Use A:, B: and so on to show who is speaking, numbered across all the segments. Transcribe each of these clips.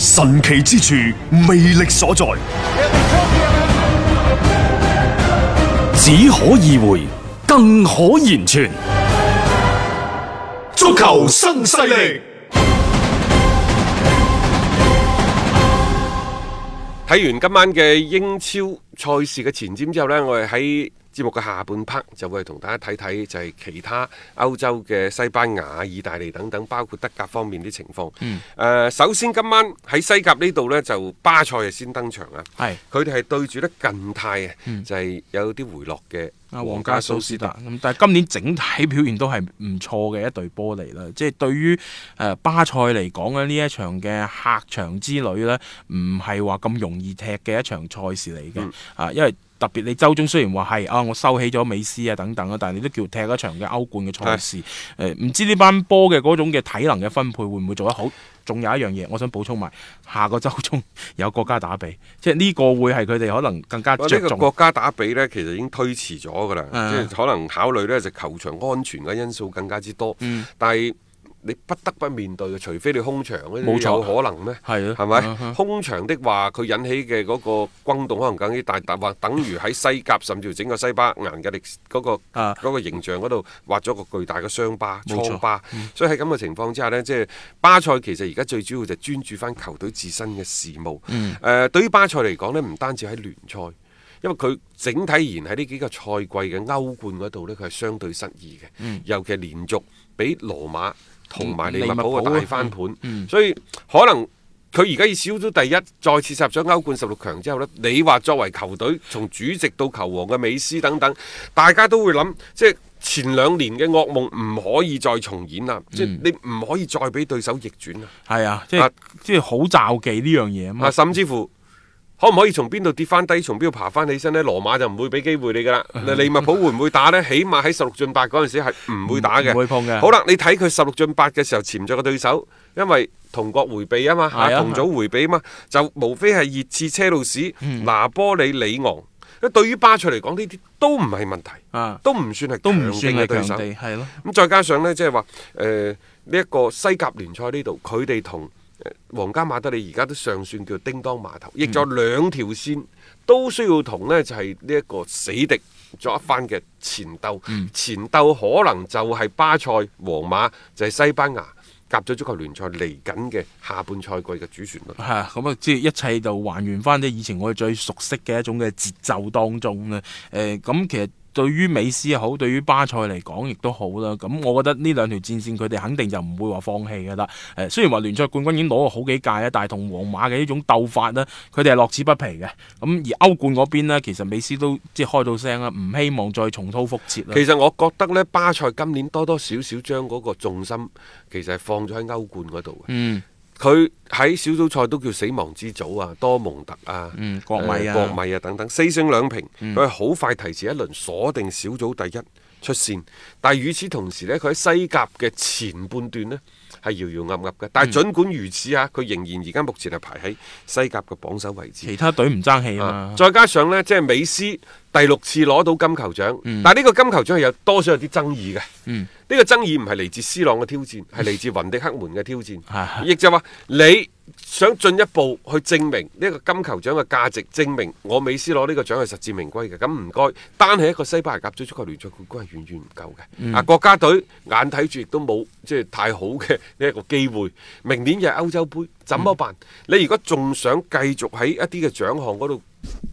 A: 神奇之處，魅力所在，
B: 只可意會，更可言傳。
C: 足球新勢力，
D: 睇完今晚嘅英超賽事嘅前瞻之後呢，我哋喺節目嘅下半 part 就會同大家睇睇就係其他歐洲嘅西班牙、意大利等等，包括德甲方面啲情況。嗯、首先今晚喺西甲呢度呢，就巴塞啊先登場啊，
E: 係
D: 佢哋係對住呢近態啊，就係有啲回落嘅
E: 啊，
D: 皇
E: 皇
D: 家
E: 家
D: 蘇斯
E: 蘇斯
D: 達
E: 達。咁，但係今年整體表現都係唔錯嘅一隊波嚟啦。即係對於誒、呃巴塞嚟講咧，呢一場嘅客場之旅呢，唔係話咁容易踢嘅一場賽事嚟
D: 嗯
E: 嘅。啊，因為特別你周中雖然話係啊，我收起咗美斯啊等等啊，但係你都叫踢一場嘅歐冠嘅賽事。誒、呃唔知呢班波嘅嗰種嘅體能嘅分配會唔會做得好？仲有一樣嘢，我想補充埋，下個周中有國家打比，即係呢個會係佢哋可能更加
D: 哇
E: 着
D: 呢個
E: 重。
D: 國家打比呢，其實已經推遲咗㗎啦，
E: 嗯
D: 即係可能考慮呢，就球場安全嘅因素更加之多。
E: 嗯
D: 但係你不得不面對嘅，除非你空場咧，
E: 冇
D: 有
E: 錯
D: 可能咩？
E: 係啊
D: 係咪？
E: 嗯哼
D: 空場的話，佢引起嘅嗰個轟動可能更加大，但或等於喺西甲甚至乎整個西班牙嘅歷史嗰、個
E: 啊
D: 嗰個形象嗰度畫咗個巨大嘅傷疤、
E: 冇錯嗯
D: 瘡疤。所以喺咁嘅情況之下呢，即係巴塞其實而家最主要就係專注翻球隊自身嘅事務。誒、
E: 嗯
D: 對於巴塞嚟講呢，唔單止喺聯賽。因為佢整體而言喺呢幾個賽季嘅歐冠嗰度呢，佢係相對失意嘅，
E: 嗯
D: 尤其係連續俾羅馬同埋利物浦嘅嗯大翻盤，所以可能。佢而家以小組第一再次殺入咗歐冠十六強之後呢，你話作為球隊，從主席到球王嘅美斯等等，大家都會諗，即係前兩年嘅噩夢唔可以再重演啦，即係你唔可以再俾對手逆轉啦。
E: 係啊，即
D: 啊
E: 係即係好罩忌呢樣嘢啊
D: 啊，
E: 嘛。
D: 甚至乎可唔可以從邊度跌翻低，從邊度爬翻起身呢？羅馬就唔會俾機會你噶啦。
E: 嗯
D: 利物浦會唔會打呢？起碼喺十六進八嗰陣時係唔會打嘅，
E: 唔會碰嘅
D: 好啦，你睇佢十六進八嘅時候潛在嘅對手，因為同國迴避啊嘛，
E: 係啊
D: 同組迴避啊嘛，就無非係熱刺、車路士、
E: 嗯
D: 拿波里、里昂。對於巴塞嚟講，呢啲都唔係問題，
E: 啊，
D: 都唔算係
E: 都唔
D: 強
E: 算
D: 勁嘅
E: 係
D: 對
E: 強
D: 手。
E: 地，係咯。
D: 咁再加上呢，即係話誒呢一個西甲聯賽呢度，佢哋同呃皇家馬德里而家都尚算叫叮當碼頭，亦就兩條線都需要同呢就係呢一個死敵作一番嘅前鬥，前鬥可能就係巴塞、皇馬，就係、西班牙。甲組足球聯賽嚟緊嘅下半賽季嘅主旋律，
E: 係啊咁啊，即係一切就還原翻即係以前我哋最熟悉嘅一種嘅節奏當中啦。誒、咁其實。對於美斯又好，對於巴塞嚟講亦都好啦。咁我覺得呢兩條戰線佢哋肯定就唔會話放棄㗎啦。誒、雖然話聯賽冠軍已經攞過好幾屆啊啦，但係同皇馬嘅呢種鬥法呢，佢哋係樂此不疲嘅。咁而歐冠嗰邊呢，其實美斯都即係開到聲啦，唔希望再重蹈覆轍啦。
D: 其實我覺得呢，巴塞今年多多少少將嗰個重心其實係放咗喺歐冠嗰度嘅。
E: 嗯
D: 佢喺小組賽都叫死亡之組啊，多蒙特啊，
E: 嗯國米啊嗯
D: 誒國米啊等等，四勝兩平，佢係好快提前一輪鎖定小組第一出線。但係與此同時呢，佢喺西甲嘅前半段呢，係搖搖噏噏嘅。
E: 嗯
D: 但係儘管如此啊，佢仍然而家目前係排喺西甲嘅榜首位置。
E: 其他隊唔爭氣啊
D: 啊
E: 嘛。
D: 再加上呢，即係美斯第六次攞到金球獎，但係呢個金球獎係有多少有啲爭議嘅。呢、個爭議唔係嚟自斯朗嘅挑戰，係嚟自雲迪克門嘅挑戰。
E: 係
D: 亦就話你想進一步去證明呢個金球獎嘅價值，證明我美斯攞呢個獎係實至名歸嘅。咁唔該，單係一個西班牙甲組足球聯賽冠軍係遠遠唔夠嘅。啊，國家隊眼睇住亦都冇即係太好嘅呢一個機會。明年又係歐洲杯，怎麼辦？你如果仲想繼續喺一啲嘅獎項嗰度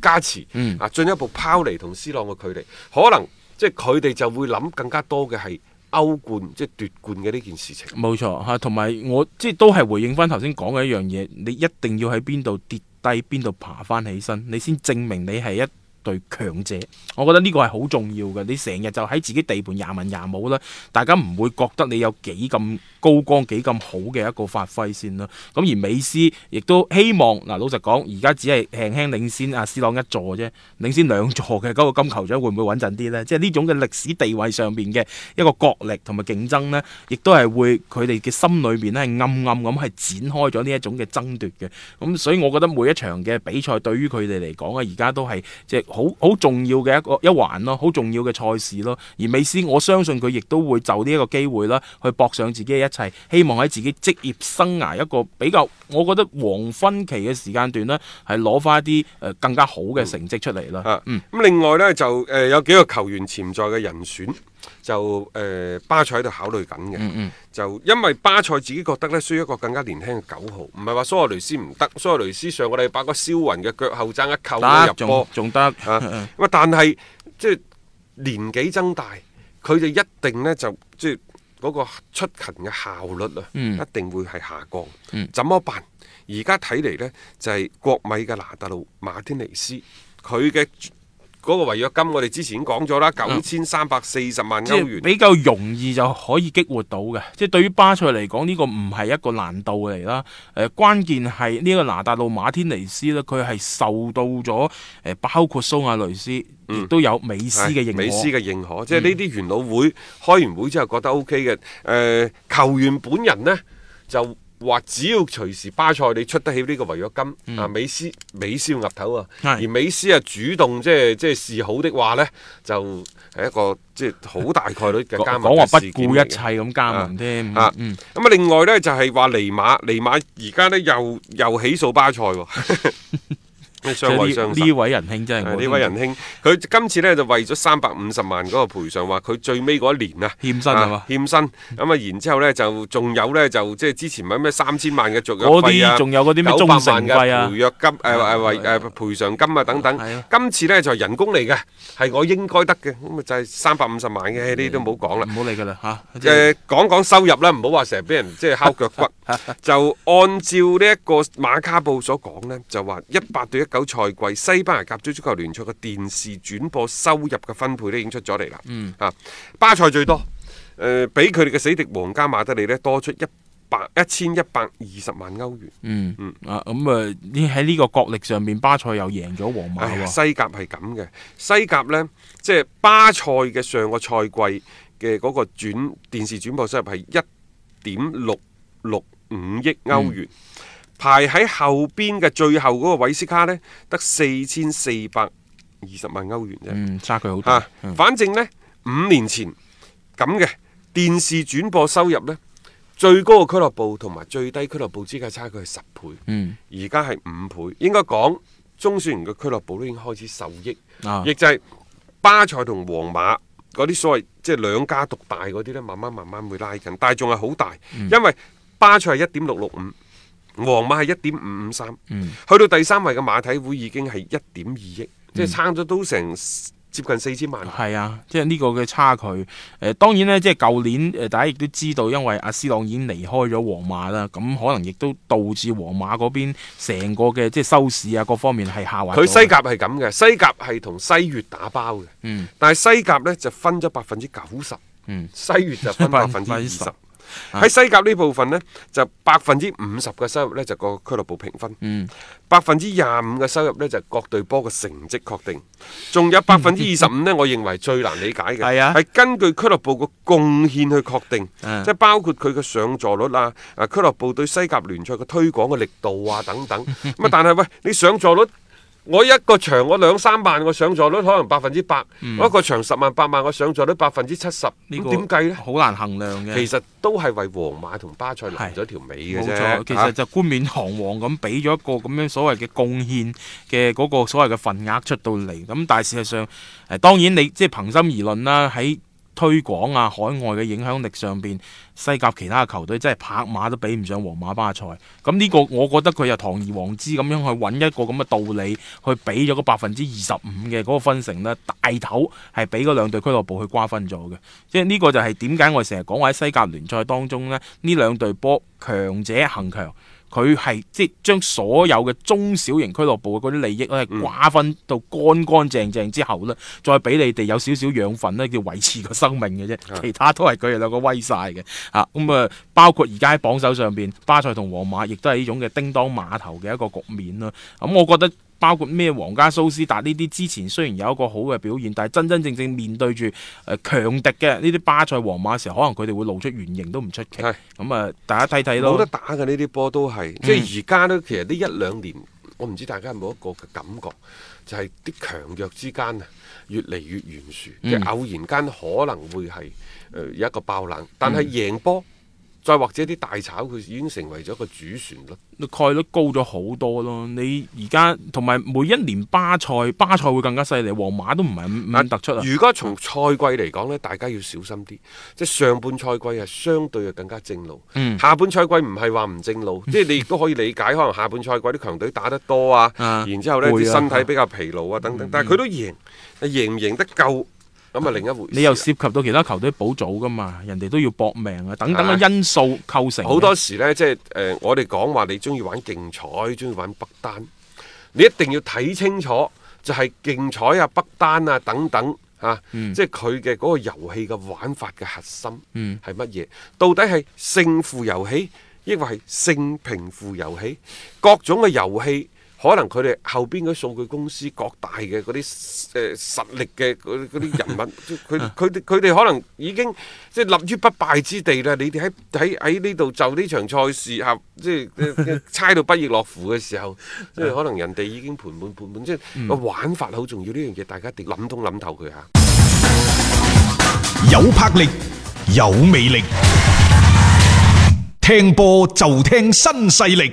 D: 加持，
E: 嗯
D: 啊，進一步拋離同斯朗嘅距離，可能即係佢哋就會諗更加多嘅係歐冠，即係奪冠嘅呢件事情。
E: 冇錯嚇，同埋我即係都係回應翻頭先講嘅一樣嘢，你一定要喺邊度跌低，邊度爬翻起身，你先證明你係一隊強者。我覺得呢個係好重要嘅。你成日就喺自己地盤廿文廿武啦，大家唔會覺得你有幾咁高光幾咁好嘅一個發揮先啦。咁而美斯亦都希望嗱，老實講，而家只係輕輕領先阿斯朗一座啫，領先兩座嘅嗰個金球獎會唔會穩陣啲呢？即係呢種嘅歷史地位上邊嘅一個角力同埋競爭呢，亦都係會佢哋嘅心裏邊呢係暗暗咁係展開咗呢一種嘅爭奪嘅。咁所以我覺得每一場嘅比賽對於佢哋嚟講啊，而家都係即係好好重要嘅一個一環咯，好重要嘅賽事咯。而美斯，我相信佢亦都會就呢一個機會啦，去搏上自己嘅一切，希望喺自己職業生涯一個比較，我覺得黃昏期嘅時間段呢，係攞翻一啲誒、呃更加好嘅成績出嚟啦。嗯
D: 啊，咁另外呢，就誒、呃有幾個球員潛在嘅人選，就誒、呃巴塞喺度考慮緊嘅。
E: 嗯
D: 就因為巴塞自己覺得呢，需要一個更加年輕嘅九號，唔係話蘇亞雷斯唔得，蘇亞雷斯上個禮拜個燒雲嘅腳後踭一扣都
E: 得
D: 入波
E: 啊仲。仲得，
D: 啊，咁啊，但係即係年紀增大，佢哋一定呢，就即係嗰個出勤嘅效率啊，
E: 嗯
D: 一定會係下降。怎麼辦？而家睇嚟呢，就係、國米嘅拿特魯馬天尼斯，佢嘅嗰個違約金，我哋之前已經講咗啦，九千三百四十萬
E: 即
D: 歐
E: 係
D: 元。
E: 比較容易就可以激活到嘅。即係對於巴塞嚟講，呢、個唔係一個難度嚟啦。誒、關鍵係呢個拿達路馬天尼斯咧，佢係受到咗誒、包括蘇亞雷斯，亦都有美斯嘅認可。
D: 嗯
E: 嗯
D: 美斯嘅認可，即係呢啲元老會開完會之後覺得 O K 嘅。誒、呃球員本人呢，就話只要隨時巴塞你出得起呢個違約金，啊美斯美斯要岌頭啊，
E: 嗯係
D: 而美斯啊主動即係即係示好的話呢，就係一個即係好大概率嘅
E: 講
D: 加盟
E: 講話不
D: 嘅事件嚟
E: 顧一
D: 嘅
E: 切咁加盟添。
D: 啊，
E: 嗯
D: 咁啊，另外呢，就係話尼馬，尼馬而家呢又又起訴巴塞 喎，
E: 即
D: 相愛
E: 係
D: 相
E: 呢
D: 殺
E: 呢位仁兄真係嗯
D: 啊
E: 我都
D: 呢位仁兄，佢今次呢就為咗三百五十萬嗰個賠償，話佢最尾嗰一年啊，
E: 欠薪係嘛
D: 啊欠薪咁啊，然之後呢，就仲有呢，就即係之前咪咩三千萬嘅續約
E: 嗰啲
D: 費啊
E: 仲有嗰啲咩
D: 900萬
E: 忠誠費啊
D: 嘅賠約金誒誒為誒賠償金啊等
E: 係啊
D: 等。今次呢，就係人工嚟嘅，係我應該得嘅，咁啊就係三百五十萬嘅，呢啲都唔好講啦
E: 唔。好理㗎啦嚇。即係
D: 誒講講收入啦，唔好話成日俾人即係敲 腳骨。就按照呢一個馬卡報所講呢，就話一八到一九賽季西班牙甲組足球聯賽嘅電視轉播收入嘅分配呢已經出咗嚟啦。嗯，啊，巴塞最多，誒、比佢哋嘅死敵皇家馬德里呢多出一百一千一百二十萬歐元。
E: 嗯啊咁啊，呢喺呢個角力上面，巴塞又贏咗皇馬
D: 哎呀
E: 喎。
D: 西甲係咁嘅，西甲呢，即係巴塞嘅上個賽季嘅嗰個轉電視轉播收入係一點六六五億歐
E: 嗯
D: 元，排喺後邊嘅最後嗰個韋斯卡呢，得四千四百二十萬歐元啫。
E: 嗯，差距好
D: 嚇、
E: 大。嗯
D: 反正呢，五年前咁嘅電視轉播收入呢，最高嘅俱樂部同埋最低俱樂部之間差距係十倍。
E: 嗯，
D: 而家係五倍，應該講中小型嘅俱樂部都已經開始受益，
E: 啊
D: 亦就係巴塞同皇馬嗰啲所謂即係兩家獨大嗰啲呢，慢慢慢慢會拉近，但係仲係好大，因為巴塞係一點六六五，皇馬係一點五五三，去到第三位嘅馬體會已經係一點二億，即係差咗都成接近四千萬。
E: 係啊，即係呢個嘅差距。誒、當然咧，即係舊年誒、大家亦都知道，因為阿斯朗已經離開咗皇馬啦，咁可能亦都導致皇馬嗰邊成個嘅即係收視啊各方面係下滑咗
D: 佢
E: 嘅。
D: 西甲係咁嘅，西甲係同西乙打包嘅，
E: 嗯
D: 但係西甲呢就分咗百分之九十，
E: 嗯
D: 西乙就分
E: 百
D: 百分
E: 分之
D: 之
E: 二
D: 二
E: 十
D: 十。喺西甲呢部分呢，就百分之五十嘅收入呢，就個俱樂部平分，
E: 嗯
D: 百分之廿五嘅收入呢，就各隊波嘅成績確定，仲有百分之二十五呢，我認為最難理解嘅
E: 係啊
D: 根據俱樂部嘅貢獻去確定，
E: 嗯
D: 即係包括佢嘅上座率啊，啊俱樂部對西甲聯賽嘅推廣嘅力度啊等 等。咁啊，但係喂，你上座率？我一個場我兩三萬，我上座率可能百分之百；我一個場十萬八萬，我上座率百分之七十。
E: 嗯呢
D: 咁
E: 個啊
D: 點計呢？
E: 好難衡量嘅。
D: 其實都係為皇馬同巴塞留
E: 係
D: 咗條尾嘅
E: 冇
D: 啫。啊
E: 錯，其實就冠冕堂皇咁俾咗一個咁樣所謂嘅貢獻嘅嗰個所謂嘅份額出到嚟，咁但係事實上，誒、當然你即係憑心而論啦，喺推廣啊、海外嘅影響力上邊，西甲其他嘅球隊真係拍馬都比唔上皇馬巴塞。咁呢個我覺得佢又堂而皇之咁樣去揾一個咁嘅道理，去俾咗個百分之二十五嘅嗰個分成呢，大頭係俾嗰兩隊俱樂部去瓜分咗嘅。即係呢個就係點解我成日講話喺西甲聯賽當中呢，呢兩隊波強者恒強。佢係即係將所有嘅中小型俱樂部嘅嗰啲利益咧，
D: 嗯
E: 瓜分到乾乾淨淨之後咧，再俾你哋有少少養分咧，叫維持個生命嘅 啫，其他都係佢哋兩個威晒嘅嚇。咁啊，包括而家喺榜首上邊，巴塞同皇馬亦都係呢種嘅叮當碼頭嘅一個局面啦。咁我覺得。包括咩皇家蘇斯達呢啲之前雖然有一個好嘅表現，但係真真正正面對住誒、呃、強敵嘅呢啲巴塞、皇馬嘅時候，可能佢哋會露出原形都唔出奇。
D: 係
E: 咁啊，大家睇睇
D: 冇
E: 咯
D: 得。打嘅呢啲波都係，即係而家呢，其實呢一兩年，我唔知大家有冇一個嘅感覺，就係、啲強弱之間啊，越嚟越懸殊，即係偶然間可能會係誒、呃有一個爆冷，但係贏波。再或者啲大炒，佢已經成為咗一個主旋律。
E: 概率高咗好多咯。你而家同埋每一年巴塞，巴塞會更加犀利，皇馬都唔係咁咁突出啊。
D: 如果從賽季嚟講呢，大家要小心啲。即係上半賽季係相對係更加正路，
E: 嗯
D: 下半賽季唔係話唔正路，即係你亦都可以理解，可能下半賽季啲強隊打得多啊，
E: 啊
D: 然之後呢
E: 攰
D: 啲
E: 啊嗯
D: 身體比較疲勞啊等等，但係佢都贏，贏唔贏得夠咁啊另一回事。
E: 你又涉及到其他球隊補組噶嘛，人哋都要搏命啊，等等嘅因素構成嘅
D: 好多時呢，即係誒、呃我哋講話你中意玩競彩，中意玩北單，你一定要睇清楚，就係、競彩啊、北單啊等等嚇，啊
E: 嗯
D: 即係佢嘅嗰個遊戲嘅玩法嘅核心
E: 嗯
D: 係乜嘢？到底係勝負遊戲，抑或係勝平負遊戲？各種嘅遊戲。可能佢哋後邊嗰啲數據公司各大嘅嗰啲誒實力嘅嗰嗰啲人物，即係佢佢哋佢哋可能已經即係立於不敗之地啦。你哋喺喺喺呢度就呢場賽事嚇，即係呃猜到不亦樂乎嘅時候，即係可能人哋已經盤滿盤滿，即係個玩法好重要呢樣嘢，大家一定諗通諗透佢嚇。
C: 有魄力，有魅力，聽波就聽新勢力。